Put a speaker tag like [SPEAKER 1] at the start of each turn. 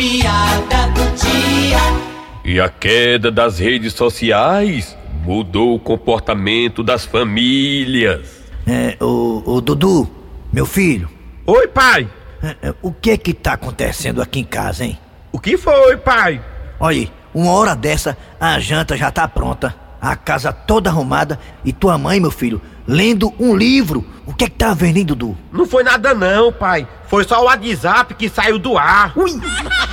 [SPEAKER 1] piada do dia.
[SPEAKER 2] E a queda das redes sociais mudou o comportamento das famílias.
[SPEAKER 3] É, ô, ô, Dudu, meu filho,
[SPEAKER 4] Oi, pai.
[SPEAKER 3] é, é, o que que tá acontecendo aqui em casa, hein?
[SPEAKER 4] O que foi, pai?
[SPEAKER 3] Olha aí, uma hora dessa, a janta já tá pronta, a casa toda arrumada e tua mãe, meu filho, lendo um livro. O que é que tá vendo, hein, Dudu?
[SPEAKER 4] Não foi nada não, pai. Foi só o WhatsApp que saiu do ar. Ui.